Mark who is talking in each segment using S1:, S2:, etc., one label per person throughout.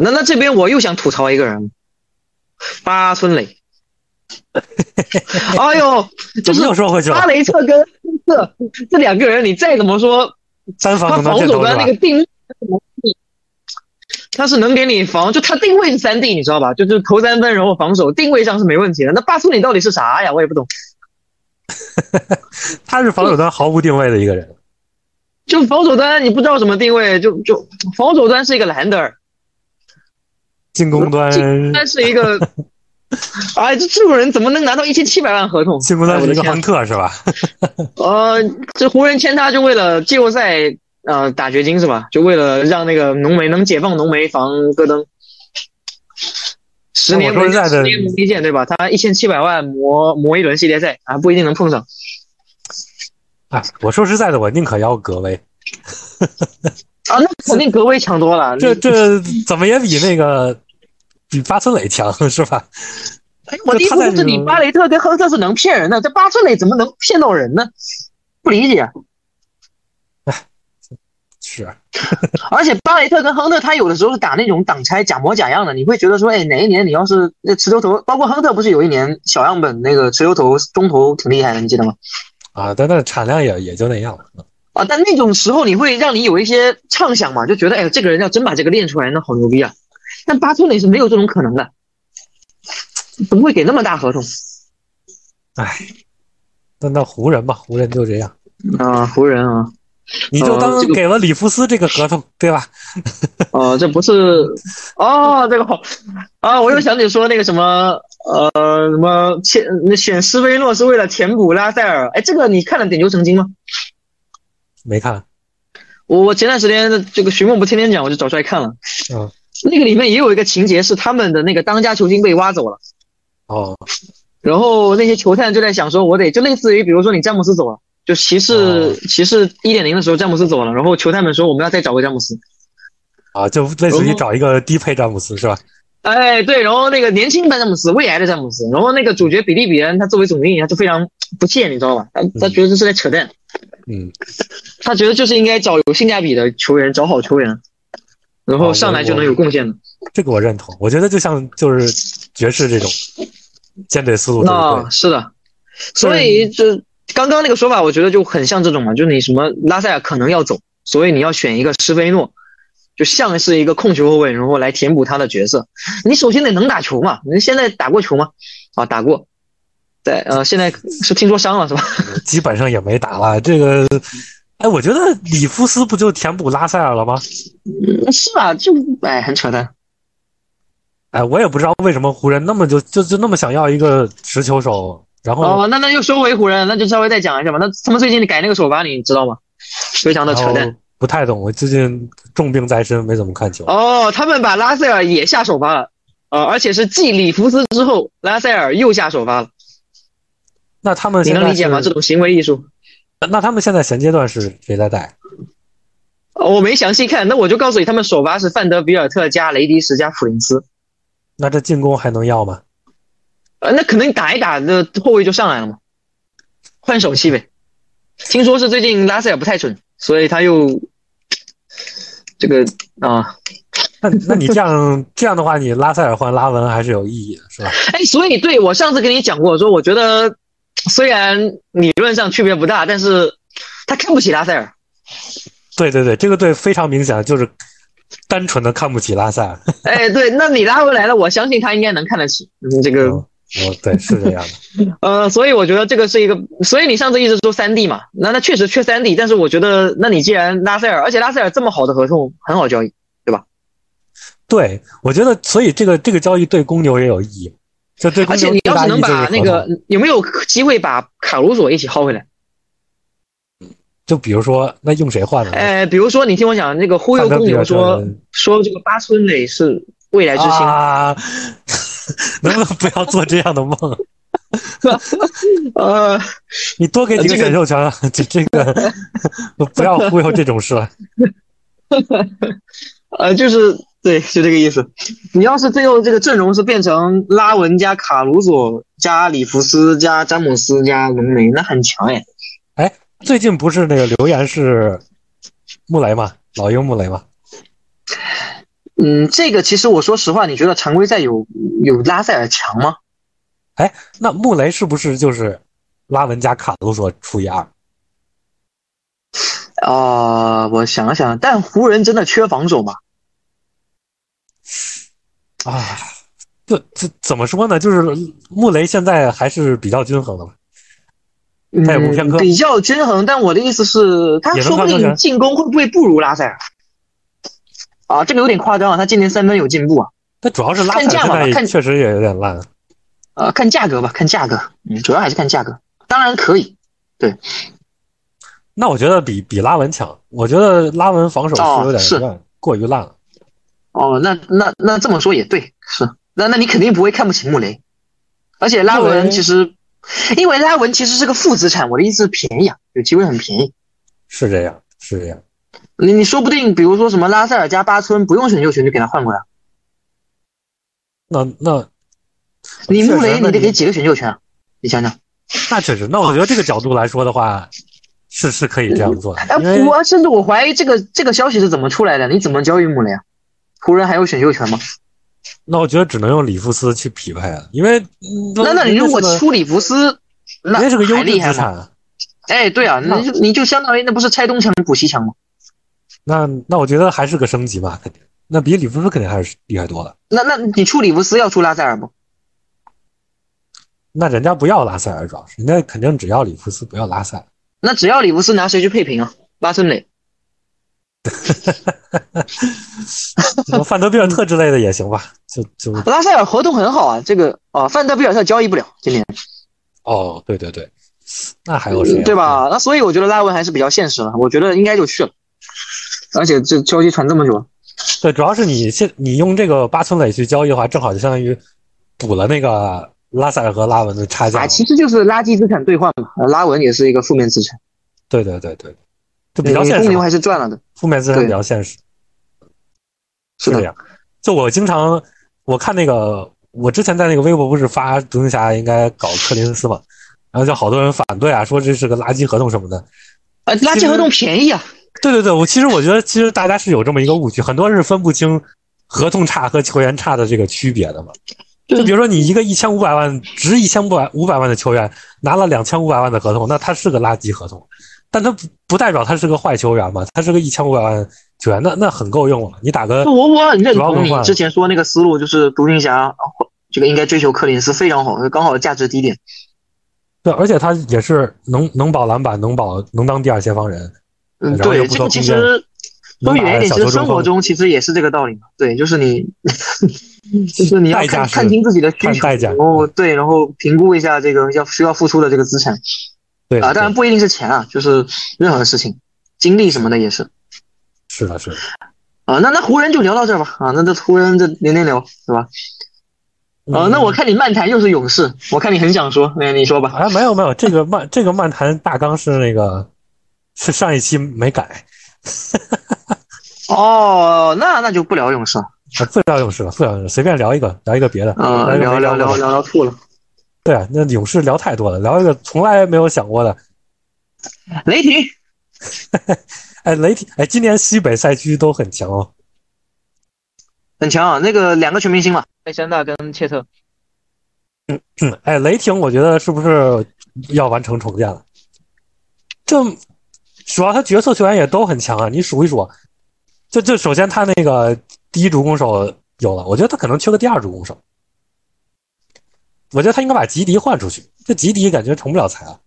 S1: 那那这边我又想吐槽一个人，八孙磊。哎呦，就是
S2: 又说回去了
S1: 哈。雷特跟这这两个人，你再怎么说
S2: 三防
S1: 他
S2: 能当
S1: 防
S2: 箭
S1: 守
S2: 头
S1: 端
S2: 是
S1: 那
S2: 吧
S1: 个？定位，他是能给你防，就他定位是三 D，你知道吧？就是投三分，然后防守，定位上是没问题的。那巴苏里到底是啥呀？我也不懂。
S2: 他是防守端毫无定位的一个人，
S1: 就防守端你不知道什么定位，就就防守端是一个 lander，
S2: 进攻端
S1: 进但是一 个，哎，这这种人怎么能拿到一千七百万合同？
S2: 进攻端
S1: 哎我
S2: 是
S1: 的
S2: 一个
S1: 天啊
S2: 亨特是吧？
S1: 呃，这湖人签他就为了季后赛呃打掘金是吧？就为了让那个浓眉能解放浓眉防戈登。十年
S2: 那我
S1: 磨
S2: 说实在
S1: 十
S2: 的
S1: 年磨一剑对吧？他一千七百万磨磨一轮系列赛啊，不一定能碰上。
S2: 哎，我说实在的，我宁可要格威，
S1: 啊，那肯定格威强多了。
S2: 这这怎么也比那个比巴村磊强是吧？
S1: 哎我第一
S2: 他
S1: 次
S2: 在
S1: 就是
S2: 那
S1: 你
S2: 种
S1: 巴雷特跟亨特是能骗人的，这巴特磊怎么能骗到人呢？不理解。
S2: 是，
S1: 而且巴雷特跟亨特，他有的时候是打那种挡拆假模假样的，你会觉得说，哎，哪一年你要是那持球投，包括亨特不是有一年小样本那个持球投中投挺厉害的，你记得吗？
S2: 啊，但那产量也也就那样了。
S1: 啊，但那种时候你会让你有一些畅想嘛，就觉得，哎，这个人要真把这个练出来，那好牛逼啊！但巴特磊是没有这种可能的，怎么会给那么大合同
S2: 那那湖人吧，湖人就这样，
S1: 啊？湖人啊，
S2: 你就
S1: 呃
S2: 当
S1: 这个
S2: 给了里弗斯这个合同，对吧？
S1: 哦，这不是，哦，这个好，啊，我又想起说那个什么，呃，什么签那选斯威诺是为了填补拉塞尔，哎，这个你看了《点球成金》吗？
S2: 没看，
S1: 我我前段时间这个徐梦不天天讲，我就找出来看了，
S2: 嗯，
S1: 那个里面也有一个情节是他们的那个当家球星被挖走了，
S2: 哦，
S1: 然后那些球探就在想说，我得就类似于比如说你詹姆斯走了，就骑士、
S2: 哦
S1: 骑士一点零的时候詹姆斯走了，然后球探们说我们要再找个詹姆斯，
S2: 啊，就类似
S1: 然
S2: 于
S1: 后
S2: 找一个低配詹姆斯是吧？
S1: 哎，对，然后那个年轻版詹姆斯，未来的詹姆斯，然后那个主角比利比恩，他作为总经理，他就非常不屑，你知道吧？他他觉得这是在扯淡，
S2: 嗯，
S1: 他觉得就是应该找有性价比的球员，找好球员，然后上来就能有贡献的。
S2: 这个我认同。我觉得就像就是爵士这种舰队思路，对嗯不
S1: 那
S2: 对？
S1: 啊是的，所以就刚刚那个说法，我觉得就很像这种嘛，就是你什么拉塞尔可能要走，所以你要选一个施菲诺，就像是一个控球后卫，然后来填补他的角色。你首先得能打球嘛，你现在打过球吗？啊，打过，对，呃，现在是听说伤了是吧？
S2: 基本上也没打了。这个，哎，我觉得里弗斯不就填补拉塞尔了吗？
S1: 嗯 是啊，就哎，很扯淡。
S2: 哎，我也不知道为什么湖人那么就就就那么想要一个持球手，然后
S1: 哦，那那又说回湖人，那就稍微再讲一下吧。那他们最近改那个首发，你知道吗？非常的
S2: 然
S1: 扯
S2: 后
S1: 淡。
S2: 不太懂。我最近重病在身，没怎么看球。
S1: 哦，他们把拉塞尔也下首发了，呃，而且是继里弗斯之后，拉塞尔又下首发了。
S2: 那他们
S1: 你
S2: 现在
S1: 能理解吗？
S2: 是
S1: 这种行为艺术，
S2: 那他们现在衔接段是谁在带？
S1: 呃我没详细看，那我就告诉你，他们首发是范德比尔特加雷迪什加普林斯。
S2: 那这进攻还能要吗？
S1: 呃，那可能打一打，那后卫就上来了嘛，换手气呗。听说是最近拉塞尔不太准，所以他又这个啊。
S2: 那那你这样这样的话，你拉塞尔换拉文还是有意义的，是吧？
S1: 哎，所以对我上次跟你讲过，说我觉得虽然理论上区别不大，但是他看不起拉塞尔。
S2: 对对对，这个队非常明显，就是单纯的看不起拉塞尔。
S1: 哎，对，那你拉回来了，我相信他应该能看得起。嗯，这个
S2: 嗯，我对是这样的。
S1: 呃，所以我觉得这个是一个，所以你上次一直说三 D 嘛，那那确实缺三 D，但是我觉得，那你既然拉塞尔，而且拉塞尔这么好的合同，很好交易。
S2: 对，我觉得所以这个这个交易对公牛也有意义，就对公
S1: 而且
S2: 牛
S1: 你
S2: 最
S1: 要
S2: 大
S1: 是
S2: 意义
S1: 能
S2: 就是
S1: 把那
S2: 合
S1: 个
S2: 同
S1: 有没有机会把卡鲁索一起薅回来？
S2: 就比如说那用谁换呢？
S1: 哎，比如说你听我讲，那个忽悠
S2: 范德
S1: 公
S2: 比
S1: 牛
S2: 尔特
S1: 说说这个巴村磊是未来之星，
S2: 啊， 能不能不要做这样的梦？
S1: 呃。
S2: 你多给几个选秀权啊，这这个不要忽悠这种事了。
S1: 呃，就是对，就这个意思。你要是最后这个阵容是变成拉文加卡鲁索加里弗斯加詹姆斯加浓眉，那很强哎。
S2: 最近不是那个留言是穆雷嘛，老鹰穆雷嘛，
S1: 嗯，这个其实我说实话，你觉得常规赛有有拉塞尔强吗？
S2: 哎，那穆雷是不是就是拉文加卡鲁索除以二？
S1: 啊、我想想，但湖人真的缺防守吗？
S2: 啊，这这怎么说呢？就是穆雷现在还是比较均衡的吧。他也不偏科
S1: 嗯，比较均衡。但我的意思是，他
S2: 也能
S1: 说不
S2: 看出
S1: 定
S2: 来
S1: 进攻会不会不如拉塞尔？啊，这个有点夸张啊，他今年三分有进步啊。
S2: 但主要是拉
S1: 看
S2: 塞
S1: 价吧
S2: 尔现在
S1: 看
S2: 确实也有点烂。
S1: 呃，看价格吧，看价格，嗯，主要还是看价格。当然可以，
S2: 那我觉得比比拉文强，我觉得拉文防守是有
S1: 哦
S2: 点
S1: 是
S2: 有点过于烂了。
S1: 哦，那那那这么说也对，是，那那你肯定不会看不起穆雷，而且拉
S2: 因为
S1: 文其实，因为拉文其实是个负资产，我的意思是便宜啊，有机会很便宜。
S2: 是这样，是这样。
S1: 你你说不定，比如说什么拉塞尔加巴村不用选秀权就给他换过
S2: 哦
S1: 来，
S2: 那那
S1: 你穆
S2: 确
S1: 雷
S2: 实那
S1: 你得
S2: 你
S1: 给几个选秀权啊？你想想，
S2: 那确实，那我觉得这个角度来说的话，是是可以这样做的
S1: 哎，，
S2: 因为
S1: 我甚至我怀疑这个这个消息是怎么出来的？你怎么交易穆雷啊？湖人还有选秀权吗？
S2: 那我觉得只能用里弗斯去匹配了，因为
S1: 那那你如果
S2: 出，
S1: 出里弗斯，那
S2: 因为这个优
S1: 还
S2: 质
S1: 厉害
S2: 资
S1: 吗？
S2: 产，
S1: 哎，对啊，
S2: 那
S1: 那就你就相当于那不是拆东墙补西墙吗？
S2: 那那我觉得还是个升级嘛，肯定，那比里弗斯肯定还是厉害多了。
S1: 那那你出里弗斯要出拉塞尔不？
S2: 那人家不要拉塞尔，主要是人家肯定只要里弗斯，不要拉塞尔。
S1: 那只要里弗斯拿谁去配平啊？拉森磊，
S2: 什么范德比尔特之类的也行吧，就就
S1: 拉塞尔合同很好啊，这个啊，范德比尔特交易不了今年，
S2: 哦，对对对，那还有谁、啊？
S1: 对吧？那所以我觉得拉文还是比较现实的，我觉得应该就去了。而且这消息传这么久，
S2: 对，主要是你现你用这个八村垒去交易的话，正好就相当于补了那个拉塞尔和拉文的差价
S1: 啊，
S2: 嘛。
S1: 其实就是垃圾资产兑换嘛。呃拉文也是一个负面资产，
S2: 对对对对，就比
S1: 你
S2: 较现
S1: 公
S2: 实
S1: 牛
S2: 嘛，
S1: 还是赚了的。
S2: 负面资产
S1: 对
S2: 比较现实，
S1: 是
S2: 这
S1: 的，
S2: 样。就我经常我看那个，我之前在那个微博不是发独行侠应该搞柯林斯嘛，然后就好多人反对啊，说这是个垃圾合同什么的。
S1: 呃，垃圾合同便宜啊，
S2: 对对对，我其实我觉得，其实大家是有这么一个误区，很多人是分不清合同差和球员差的这个区别的嘛。
S1: 对
S2: 就比如说你一个一千五百万值一千五百五百万的球员拿了两千五百万的合同，那他是个垃圾合同，但他不不代表他是个坏球员嘛，他是个一千五百万球员，那那很够用了。你打个
S1: 我我很认
S2: 主要
S1: 同
S2: 更换
S1: 你之前说那个思路，就是独行侠这个应该追求柯林斯非常好，刚好价值低点。
S2: 对，而且他也是能能保篮板，能保能当第二协防人，
S1: 嗯，
S2: 然后又
S1: 对，
S2: 不
S1: 这
S2: 做
S1: 个其
S2: 空间
S1: 实说
S2: 能打
S1: 远一点，
S2: 小
S1: 其实
S2: 球
S1: 生
S2: 中
S1: 活
S2: 锋，
S1: 中其实也是这个道理嘛。对，就是你， 就是你要
S2: 代价
S1: 看
S2: 是
S1: 看清自己的需
S2: 看
S1: 求，
S2: 代价嗯
S1: 然后对，然后评估一下这个要需要付出的这个资产
S2: 对
S1: 啊，当然
S2: 对
S1: 不一定是钱啊，就是任何事情，精力什么的也是
S2: 是的，是的。
S1: 啊。那那湖人就聊到这儿吧啊，那这湖人这连连聊是吧？啊，
S2: 嗯
S1: 那我看你漫谈又是勇士，我看你很想说，那你说吧。
S2: 啊，没有没有，这个漫这个漫谈大纲是那个是上一期没改，啊
S1: 哦，那那就不聊勇士了，
S2: 啊，不聊勇士了，不聊勇士，随便聊一个，聊一个别的，
S1: 呃，
S2: 一个
S1: 聊
S2: 没
S1: 聊
S2: 过
S1: 聊
S2: 的
S1: 聊聊吐了。
S2: 对啊，那勇士聊太多了，聊一个从来没有想过的。
S1: 雷霆，
S2: 哎，雷霆，哎，今年西北赛区都很强哦。
S1: 很强啊，那个两个全明星嘛，贝森纳跟切特。
S2: 嗯哎，雷霆，我觉得是不是要完成重建了？这主要他角色球员也都很强啊，你数一数，就就首先他那个第一主攻手有了，我觉得他可能缺个第二主攻手。我觉得他应该把吉迪换出去，这吉迪感觉成不了才啊。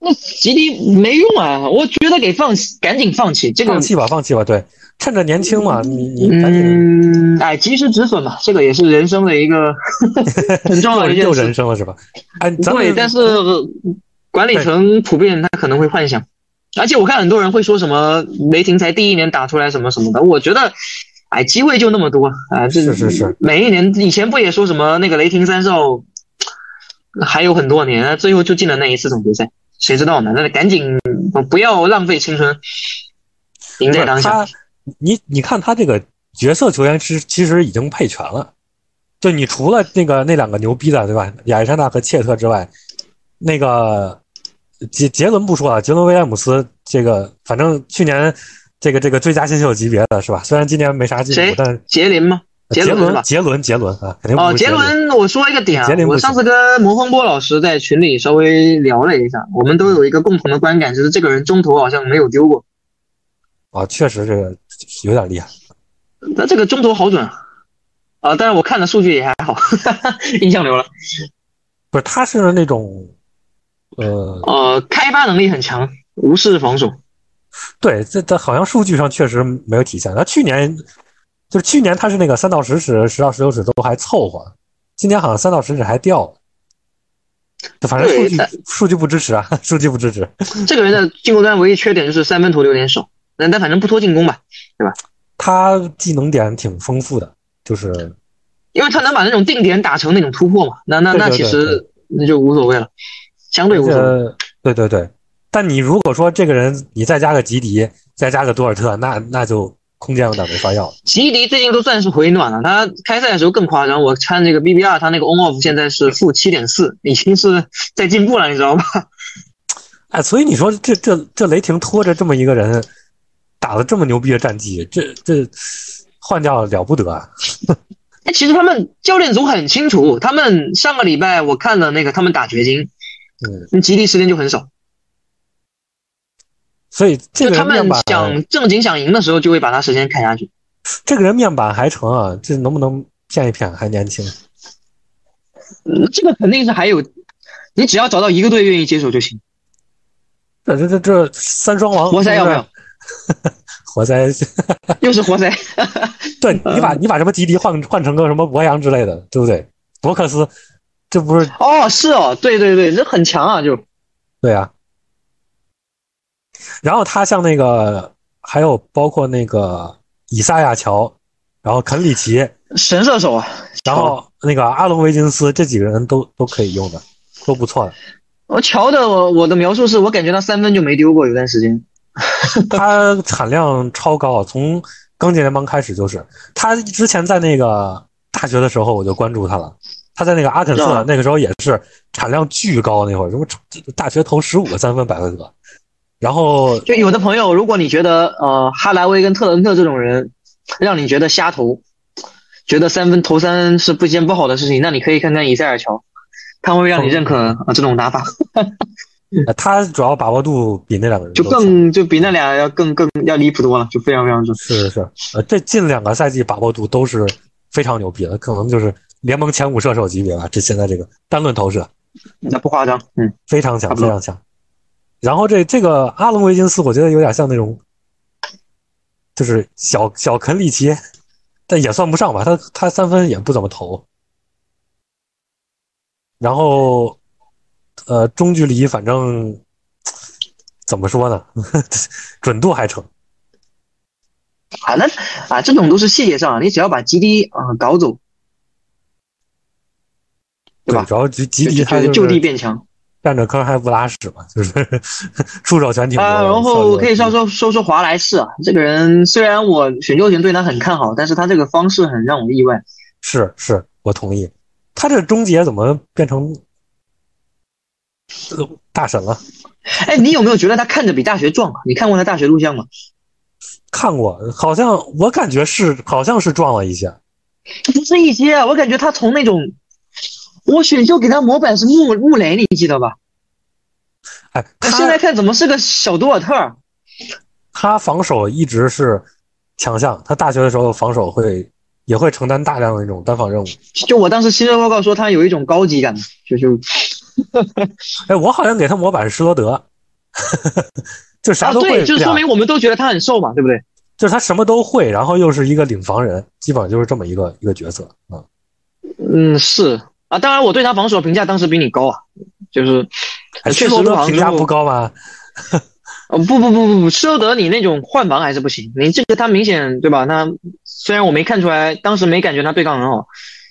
S1: 那吉迪没用啊，我觉得给放弃，赶紧放弃这个
S2: 放。弃吧，放弃吧，对，趁着年轻嘛，你你赶紧
S1: 嗯，哎，及时止损嘛，这个也是人生的一个 很重要
S2: 又
S1: 的一件
S2: 又
S1: 事
S2: 人。生了是吧？哎，咱
S1: 嗯对，
S2: 们
S1: 但是呃管理层普遍他可能会幻想，而且我看很多人会说什么雷霆才第一年打出来什么什么的，我觉得。哎，机会就那么多啊！这
S2: 是是是，
S1: 每一年以前不也说什么那个雷霆三少还有很多年，最后就进了那一次总决赛，谁知道呢？那赶紧不要浪费青春，赢在当下。
S2: 他，你你看他这个角色球员是其实已经配全了，就你除了那个那两个牛逼的对吧，亚历山大和切特之外，那个杰杰伦不说啊，杰伦威廉姆斯这个反正去年这个这个最佳新秀级别的是吧？虽然今年没啥进步
S1: 谁，
S2: 但
S1: 杰林吗？杰
S2: 杰
S1: 伦是吧
S2: 伦杰伦杰伦啊，肯定不
S1: 哦，
S2: 是
S1: 杰伦，我说一个点
S2: 杰
S1: 啊
S2: 伦，不
S1: 我
S2: 行
S1: 上次跟魔风波老师在群里稍微聊了一下，我们都有一个共同的观感，就是这个人中投好像没有丢过，
S2: 啊，确实这个有点厉害。
S1: 那这个中投好准啊！啊，但是我看的数据也还 好，印象流了。
S2: 不是，他是那种，呃，
S1: 呃，开发能力很强，无视防守。
S2: 对，这这好像数据上确实没有体现。他去年就是去年他是那个三到十指、十到十六指都还凑合，今年好像三到十指还掉了。就反正数
S1: 对
S2: 据
S1: 但
S2: 数据不支持啊， 数据不支持。
S1: 这个人的进攻端唯一缺点就是三分投的有点少，但但反正不拖进攻吧，
S2: 他技能点挺丰富的，就是
S1: 因为他能把那种定点打成那种突破嘛，那那
S2: 对对
S1: 那其
S2: 对
S1: 实那就无所谓了，相对无所谓。
S2: 呃，对对对。但你如果说这个人你再加个吉迪，再加个多尔特，那那就空间有点没法要了。
S1: 吉迪最近都算是回暖了，他开赛的时候更夸张，我看那个 B B R 他那个 on off 现在是负七点四，已经是在进步了，你知道吧？
S2: 哎，所以你说这这这雷霆拖着这么一个人，打了这么牛逼的战绩，这这换掉了不得啊！
S1: 哎，其实他们教练组很清楚，他们上个礼拜我看了那个他们打掘金，
S2: 嗯，
S1: 嗯吉迪时间就很少，
S2: 所以这
S1: 就
S2: 个
S1: 他
S2: 人
S1: 们
S2: 面板，
S1: 想正经想赢的时候就会把他时间砍下去。
S2: 这个人面板还成啊，这能不能骗一骗？还年轻，
S1: 嗯，这个肯定是还有，你只要找到一个队愿意接手就行。
S2: 这这这这三双王
S1: 活塞要不
S2: 是
S1: 要
S2: 吧？？ 活塞，
S1: 又是活塞，
S2: 对你 把你把什么吉迪换换成个什么博扬之类的，对不对？伯克斯，这不是
S1: 哦，是哦，对对对，这很强啊，就
S2: 对啊。然后他像那个，还有包括那个以赛亚乔，然后肯里奇，
S1: 神射手啊。
S2: 然后那个阿隆维金斯这几个人都都可以用的，都不 错的。
S1: 我呃乔的我我的描述是我感觉他三分就没丢过，有段时间。
S2: 他产量超高，啊从钢铁联盟开始就是。他之前在那个大学的时候我就关注他了，他在那个阿肯色、
S1: 嗯
S2: 那个时候也是产量巨高，那会儿什么大学投十五个三分百分得，然后
S1: 就有的朋友，如果你觉得呃哈达威跟特伦特这种人让你觉得瞎投，觉得三分投三分是不一件不好的事情，那你可以看看以赛尔乔，他会让你认可啊这种打法，
S2: 呃他主要把握度比那两个人
S1: 就
S2: 都强
S1: 更就比那俩要更更要离谱多了，就非常非常准。
S2: 是是是，呃，这近两个赛季把握度都是非常牛逼的，可能就是联盟前五射手级别吧。这现在这个单论投射
S1: 那不夸张，嗯，
S2: 非常
S1: 差
S2: 强，
S1: 不
S2: 非
S1: 多
S2: 常强。然后这这个阿隆维金斯，我觉得有点像那种，就是小小肯里奇，但也算不上吧，他他三分也不怎么投。然后，呃，中距离反正怎么说呢， 准度还成。
S1: 啊，那啊，这种都是细节上，你只要把 GD 啊、呃搞走，对吧
S2: 主要吉吉
S1: 就
S2: 迪
S1: 就
S2: 他
S1: 就
S2: 就
S1: 就地
S2: 是
S1: 变强
S2: 站着坑还不拉屎嘛，就是 束手全挺多的
S1: 啊。然
S2: 操
S1: 后
S2: 作
S1: 可以说说说说华莱士啊，这个人虽然我选秀前对他很看好，但是他这个方式很让我意外。
S2: 是是，我同意。他这终结怎么变成呃大神了？
S1: 哎，你有没有觉得他看着比大学壮啊？你看过他大学录像吗？
S2: 看过，好像我感觉是，好像是撞了一下。
S1: 不是一些啊，我感觉他从那种我选秀给他模板是穆穆雷，你记得吧？
S2: 哎，他
S1: 现在看怎么是个小多尔特儿？
S2: 他防守一直是强项，他大学的时候防守会也会承担大量的那种单防任务。
S1: 就我当时新闻报告说他有一种高级感，就就
S2: 哎，我好像给他模板是施罗德， 就啥
S1: 啊，
S2: 都会、
S1: 对，就说明我们都觉得他很瘦嘛，对不对？
S2: 就是他什么都会，然后又是一个领防人，基本上就是这么一个一个角色啊、嗯
S1: 嗯，是啊，当然我对他防守评价当时比你高啊，就是
S2: 哎
S1: 确
S2: 施
S1: 实防
S2: 罗德
S1: 守
S2: 评价不高吗？
S1: 呃不不不不不，施罗德你那种换防还是不行，你这个他明显对吧？他虽然我没看出来，当时没感觉他对抗很好，哦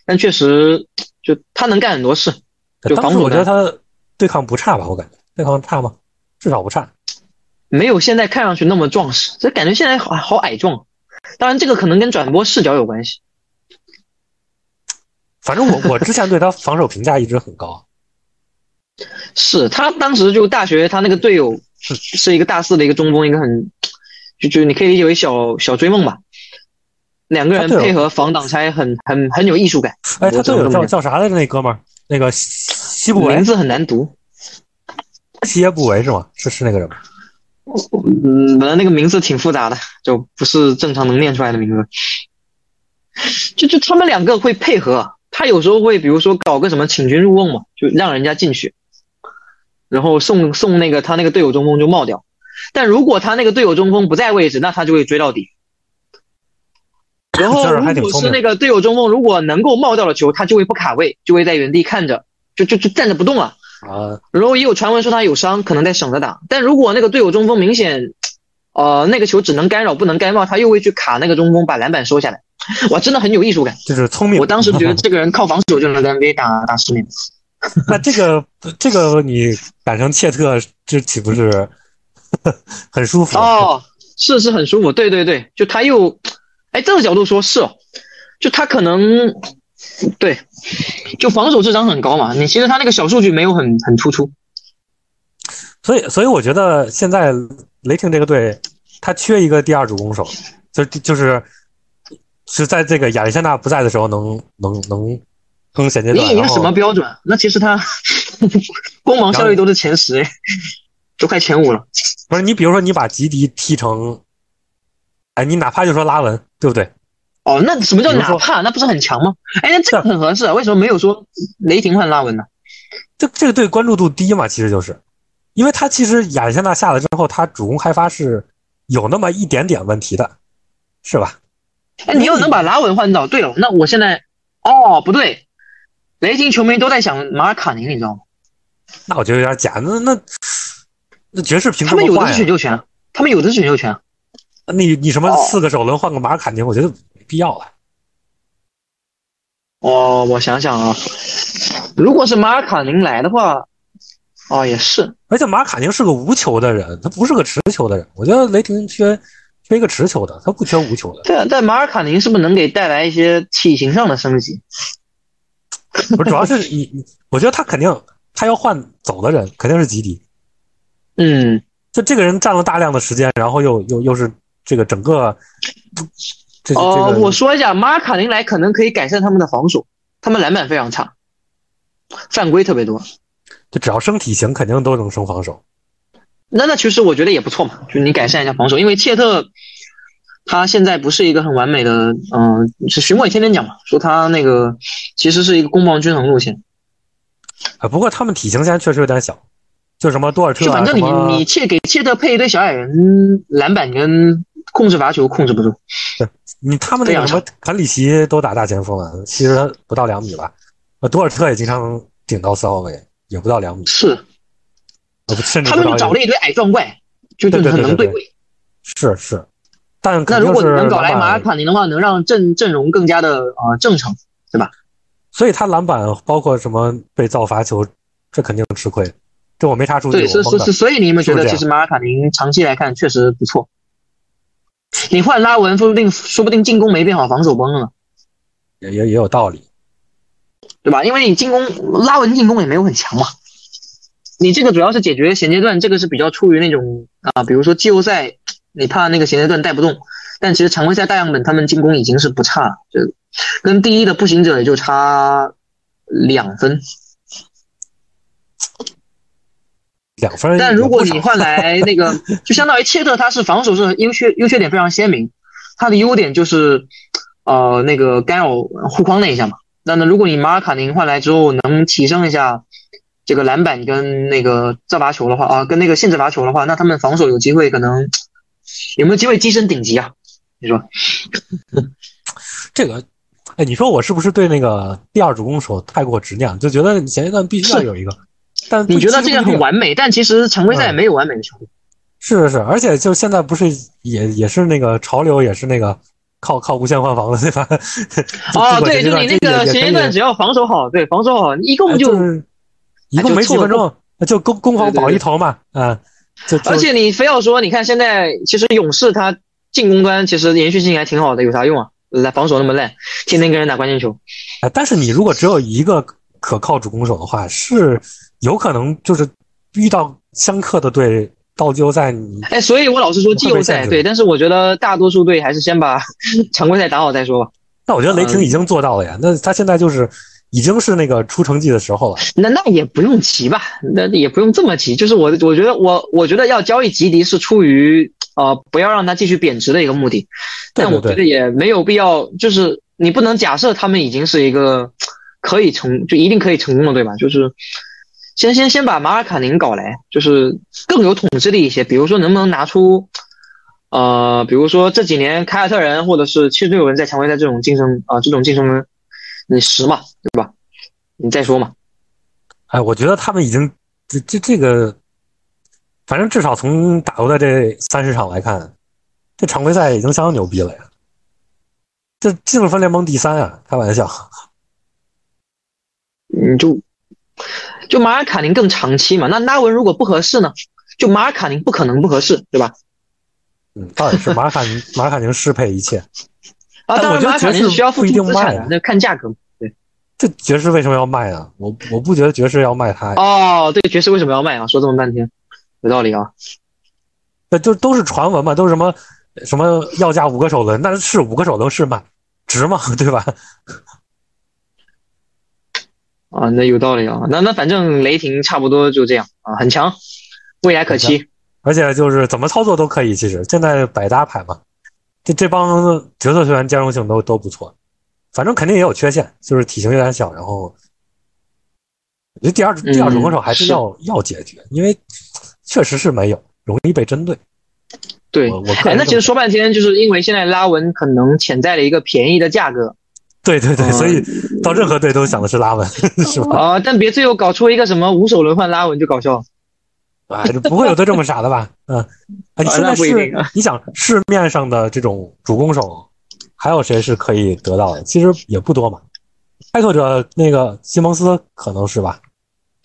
S1: 但确实就他能干很多事，就
S2: 当
S1: 防
S2: 时
S1: 守
S2: 我觉得
S1: 端
S2: 他对抗不差吧，我感觉对抗差吗？至少不差。
S1: 没有现在看上去那么壮实，这感觉现在好好矮壮。啊当然这个可能跟转播视角有关系。
S2: 反正我我之前对他防守评价一直很高，
S1: 是他当时就大学他那个队友是一个大四的一个中锋，一个很就就你可以理解为小小追梦吧。两个人
S2: 他队友
S1: 配合防挡拆很很很有艺术感。
S2: 哎，他
S1: 我只
S2: 队
S1: 能
S2: 友
S1: 这么
S2: 叫
S1: 讲
S2: 叫啥来着？那哥们儿，那个西西布
S1: 名
S2: 维，
S1: 字很难读，
S2: 西耶布维是吗？是是那个人吗？
S1: 嗯，本来那个名字挺复杂的，就不是正常能念出来的名字。就就他们两个会配合，他有时候会比如说搞个什么请君入瓮嘛，就让人家进去，然后送送那个他那个队友中锋就冒掉。但如果他那个队友中锋不在位置，那他就会追到底。然后
S2: 这人还
S1: 如
S2: 挺
S1: 果
S2: 聪
S1: 是
S2: 明
S1: 那个队友中锋如果能够冒掉了球，他就会不卡位，就会在原地看着，就就就站着不动了。
S2: 啊，
S1: 然后也有传闻说他有伤，可能在省着打。但如果那个队友中锋明显，呃，那个球只能干扰不能干冒，他又会去卡那个中锋，把篮板收下来。 哇，真的很有艺术感。
S2: 就是聪明。
S1: 我当时觉得这个人靠防守就能在 NBA 打打 十年。
S2: 那这个这个你改成切特，这岂不是 呵呵很舒服？啊
S1: 哦，是是很舒服。对对对，就他又，哎，这个角度说是哦，就他可能，对，就防守智商很高嘛。你其实他那个小数据没有很很突出。
S2: 所以，所以我觉得现在雷霆这个队，他缺一个第二主攻手，就就是是在这个亚历山大不在的时候能能能更衔接
S1: 你
S2: 段。
S1: 以一个
S2: 然后
S1: 什么标准？那其实他 攻防效率都是前十，哎都快前五了。
S2: 不是你，比如说你把吉迪踢成，哎，你哪怕就说拉文，对不对？
S1: 哦，那什么叫
S2: 比如
S1: 哪
S2: 说
S1: 怕？那不是很强吗？哎，那这个很合适啊，为什么没有说雷霆换拉文呢？
S2: 这这个队关注度低嘛，其实就是，因为他其实亚历山大下来之后，他主攻开发是有那么一点点问题的，是吧？
S1: 哎，你要能把拉文换到，对了，那我现在，哦，不对，雷霆球迷都在想马尔卡宁，你知道吗？
S2: 那我觉得有点假。那那那爵士凭
S1: 他
S2: 什
S1: 们有
S2: 么
S1: 的
S2: 换
S1: 是
S2: 呀
S1: 选？秀权，啊他们有的是选秀权。啊
S2: 你你什么
S1: 哦
S2: 四个首轮换个马尔坎宁，我觉得没必要了。啊
S1: 哦，我想想啊，如果是马尔卡宁来的话，哦，也是，
S2: 而且马尔坎宁是个无球的人，他不是个持球的人。我觉得雷霆缺缺一个持球的，他不缺无球的。
S1: 对啊，但马尔卡宁是不是能给带来一些体型上的升级？
S2: 我主要是你，你我觉得他肯定他要换走的人肯定是吉迪，
S1: 嗯，
S2: 就这个人占了大量的时间，然后又又又是这个整个这这
S1: 哦、
S2: 这
S1: 我
S2: 个
S1: 说一下，马尔卡宁来可能可以改善他们的防守，他们篮板非常差，犯规特别多。
S2: 就只要升体型，肯定都能升防守。
S1: 那那其实我觉得也不错嘛，就是你改善一下防守，因为切特他现在不是一个很完美的，嗯、是徐墨也天天讲嘛，说他那个其实是一个攻防均衡路线，
S2: 啊，不过他们体型现在确实有点小，就什么多尔特
S1: 就
S2: 啊，
S1: 反
S2: 什
S1: 正你
S2: 么
S1: 你切给切特配一堆小矮人，篮板跟控制罚球控制不住。
S2: 你他们那个什么坎里奇都打大前锋啊，其实他不到两米吧。呃，多尔特也经常顶到四号位，也不到两米，
S1: 是
S2: 呃不甚至
S1: 他
S2: 不
S1: 们
S2: 到
S1: 找
S2: 一
S1: 了一堆矮壮怪，就就
S2: 对对
S1: 很
S2: 对
S1: 能
S2: 对
S1: 对
S2: 对
S1: 位。
S2: 是是，但
S1: 那
S2: 肯
S1: 如
S2: 定
S1: 果
S2: 是
S1: 你能搞来
S2: 篮
S1: 马尔
S2: 板，
S1: 卡宁的话，能让阵阵容更加的呃正常。
S2: 所以他篮板包括什么被造罚球，这肯定吃亏。这我没查数据，
S1: 对，是
S2: 我
S1: 是
S2: 懵的
S1: 是，。所以你们觉
S2: 是
S1: 得
S2: 这
S1: 其
S2: 样
S1: 实马尔卡宁长期来看确实不错。你换拉文，说不定说不定进攻没变好，防守崩了，
S2: 也也也有道理。
S1: 对吧？因为你进攻拉文进攻也没有很强嘛。你这个主要是解决衔接段，这个是比较出于那种啊，比如说季后赛，你怕那个衔接段带不动，但其实常规赛大样本他们进攻已经是不差了，就跟第一的步行者也就差两分。
S2: 两分也不少，
S1: 但如果你换来那个，就相当于切特，他是防守是优缺优缺点非常鲜明，他的优点就是，呃，那个干扰护框那一下嘛。那么如果你马尔卡宁换来之后能提升一下这个篮板跟那个造罚球的话，啊，跟那个限制罚球的话，那他们防守有机会可能有没有机会跻身顶级啊？你说
S2: 这个，哎，你说我是不是对那个第二主攻手太过执念，就觉得前一段必须要
S1: 是
S2: 有一个？但
S1: 你觉得
S2: 其
S1: 这
S2: 实
S1: 个
S2: 不一
S1: 很
S2: 定
S1: 完美，但其实常规赛没有完美的球队。
S2: 是是是，而且就现在不是也也是那个潮流，也是那个靠靠无限换防的，对吧？
S1: 哦，
S2: 不管
S1: 对，
S2: 这
S1: 就
S2: 阶
S1: 你那
S2: 段
S1: 个
S2: 这也
S1: 前
S2: 也可
S1: 一
S2: 以
S1: 段只要防守好，对，防守好，一
S2: 哎
S1: 共就。
S2: 是一
S1: 哎
S2: 共
S1: 就
S2: 没几
S1: 凑
S2: 分
S1: 合
S2: 钟，就攻攻防
S1: 对对
S2: 保
S1: 对
S2: 一头嘛，啊，就就
S1: 而且你非要说，你看现在其实勇士他进攻端其实延续性还挺好的，有啥用啊？来防守那么烂，天天跟人打关键球，
S2: 哎但是你如果只有一个可靠主攻手的话，是有可能就是遇到相克的队到季后赛你
S1: 哎，所以我老是说季后
S2: 会被限
S1: 赛
S2: 制
S1: 对，但是我觉得大多数队还是先把 常规赛打好再说吧。
S2: 那我觉得
S1: 呃
S2: 雷霆已经做到了呀，那他现在就是已经是那个出成绩的时候了。
S1: 那那也不用急吧，那也不用这么急。就是我我觉得我我觉得要交易吉迪是出于呃不要让他继续贬值的一个目的，
S2: 对
S1: 但
S2: 对
S1: 我觉
S2: 对
S1: 得也没有必要，就是你不能假设他们已经是一个可以成就一定可以成功的对吧？就是先先先把马尔卡宁搞来，就是更有统治力一些，比如说能不能拿出。呃，比如说这几年凯尔特人或者是七十六人在常规赛这种竞争啊、这种竞争，你十嘛，对吧？你再说嘛。
S2: 哎，我觉得他们已经这这这个，反正至少从打过的这三十场来看，这常规赛已经相当牛逼了呀。这进了分联盟第三啊，开玩笑。
S1: 你嗯就就马尔卡宁更长期嘛。那拉文如果不合适呢？就马尔卡宁不可能不合适，对吧？
S2: 嗯，倒也是马卡马卡宁适配一切。
S1: 啊，
S2: 但
S1: 当
S2: 我
S1: 然
S2: 觉得
S1: 马尔卡
S2: 爵
S1: 宁
S2: 士
S1: 需要付
S2: 不一定
S1: 出资
S2: 卖
S1: 产
S2: 啊
S1: 的，那看价格。
S2: 这爵士为什么要卖啊？我我不觉得爵士要卖他呀，
S1: 哦，对，爵士为什么要卖啊？说这么半天，有道理啊。
S2: 那就都是传闻嘛，都是什么什么要价五个首轮，那是五个首轮是卖值嘛， 对吧？
S1: 啊，那有道理啊。那那反正雷霆差不多就这样啊，很强，未来可期。
S2: 而且就是怎么操作都可以，其实现在百搭牌嘛，这这帮角色球员兼容性都都不错，反正肯定也有缺陷，就是体型有点小，然后我觉得第二
S1: 嗯
S2: 第二种攻手还是
S1: 是
S2: 要、要解决，因为确实是没有，容易被针对。
S1: 对
S2: 我，我个
S1: 哎，
S2: 人
S1: 那其
S2: 这
S1: 实
S2: 么
S1: 说半天，就是因为现在拉文可能潜在的一个便宜的价格
S2: 对对对，
S1: 嗯
S2: 所以到任何队都想的是 拉文，是吧？
S1: 啊、但别最后搞出一个什么五首轮换拉文就搞笑了。
S2: 啊，这不会有队这么傻的吧？嗯，啊，你现在
S1: 那不一
S2: 是
S1: 定啊
S2: 你想市面上的这种主攻手，还有谁是可以得到的？其实也不多嘛。开拓者那个西蒙斯可能是吧，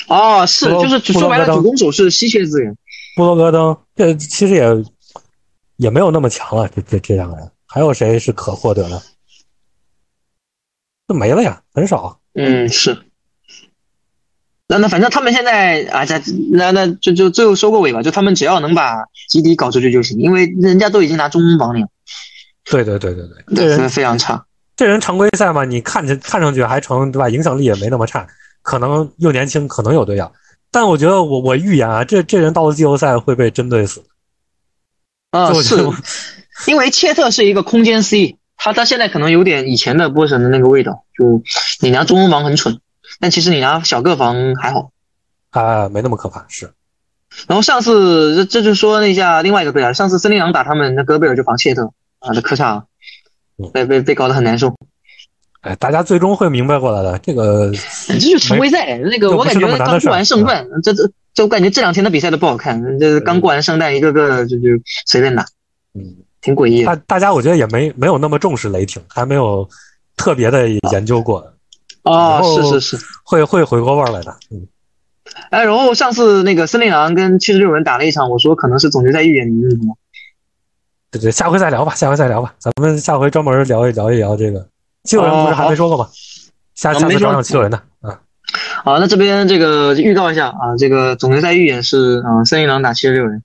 S1: 哦，是，
S2: 布
S1: 就
S2: 隆
S1: 是
S2: 布隆
S1: 说白了，
S2: 格登
S1: 主攻手是稀缺资源。
S2: 布罗格登这其实也也没有那么强了。这这这两个人，还有谁是可获得的？这没了呀，很少。
S1: 嗯，是。那那反正他们现在啊，这那那就就最后收个尾吧，就他们只要能把基底搞出去就行，因为人家都已经拿中锋榜了，
S2: 对对对对对，这
S1: 真的
S2: 人
S1: 非常差。
S2: 这人常规赛嘛，你看着看上去还成对吧？影响力也没那么差，可能又年轻，可能有队要。但我觉得我我预言啊，这这人到了季后赛会被针对死。
S1: 啊、
S2: 就是我
S1: 因为切特是一个空间 C，他他现在可能有点以前的波神的那个味道，就你拿中锋榜很蠢，但其实你拿小个防还好。
S2: 啊，没那么可怕，是
S1: 然后上次这这就说那一下另外一个队啊，上次森林狼打他们，那戈贝尔就防切特啊，这科萨尔
S2: 嗯
S1: 被被被搞得很难受。
S2: 哎，大家最终会明白过来的。这个
S1: 这就是常规赛，那个
S2: 这
S1: 我
S2: 不
S1: 感
S2: 是嗯
S1: 觉
S2: 那么难的
S1: 刚
S2: 事
S1: 过
S2: 儿
S1: 完圣诞，这这这我感觉这两天的比赛都不好看，这刚过完圣诞，一个个就就随便打，
S2: 嗯，
S1: 挺诡异的。
S2: 大大家我觉得也没没有那么重视雷霆，还没有特别的研究过，
S1: 哦
S2: 然，后
S1: 是是是，
S2: 会会回过味儿来的。嗯，
S1: 哎，然后上次那个森林狼跟七十六人打了一场，我说可能是总决赛预言的那种，
S2: 对对，下回再聊吧，下回再聊吧，咱们下回专门聊一聊一聊这个。七六人不是
S1: 哦
S2: 还没说过吗？下
S1: 啊
S2: 下
S1: 没
S2: 次
S1: 说
S2: 讲讲七六人的啊。
S1: 好，那这边这个预告一下啊，这个总决赛预演是啊、森林狼打七十六人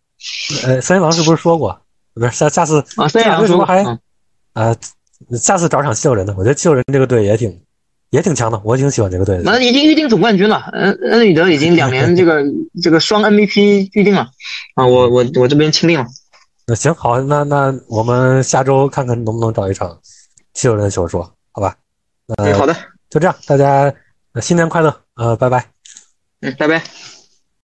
S2: 呃，森林狼是不是说过？不是，下下次
S1: 啊，森林狼
S2: 为什
S1: 说
S2: 么还
S1: 嗯
S2: 啊，下次找场七六人的。我觉得七六人这个队也挺也挺强的，我挺喜欢这个队的。
S1: 那已经预定总冠军了，恩恩里德已经两年这个 这个双 MVP 预定了啊，我我我这边钦定了。
S2: 那行好，那那我们下周看看能不能找一场七六人的球说，好吧？
S1: 嗯，好的，
S2: 就这样，大家呃新年快乐，呃，拜拜。
S1: 嗯，拜拜。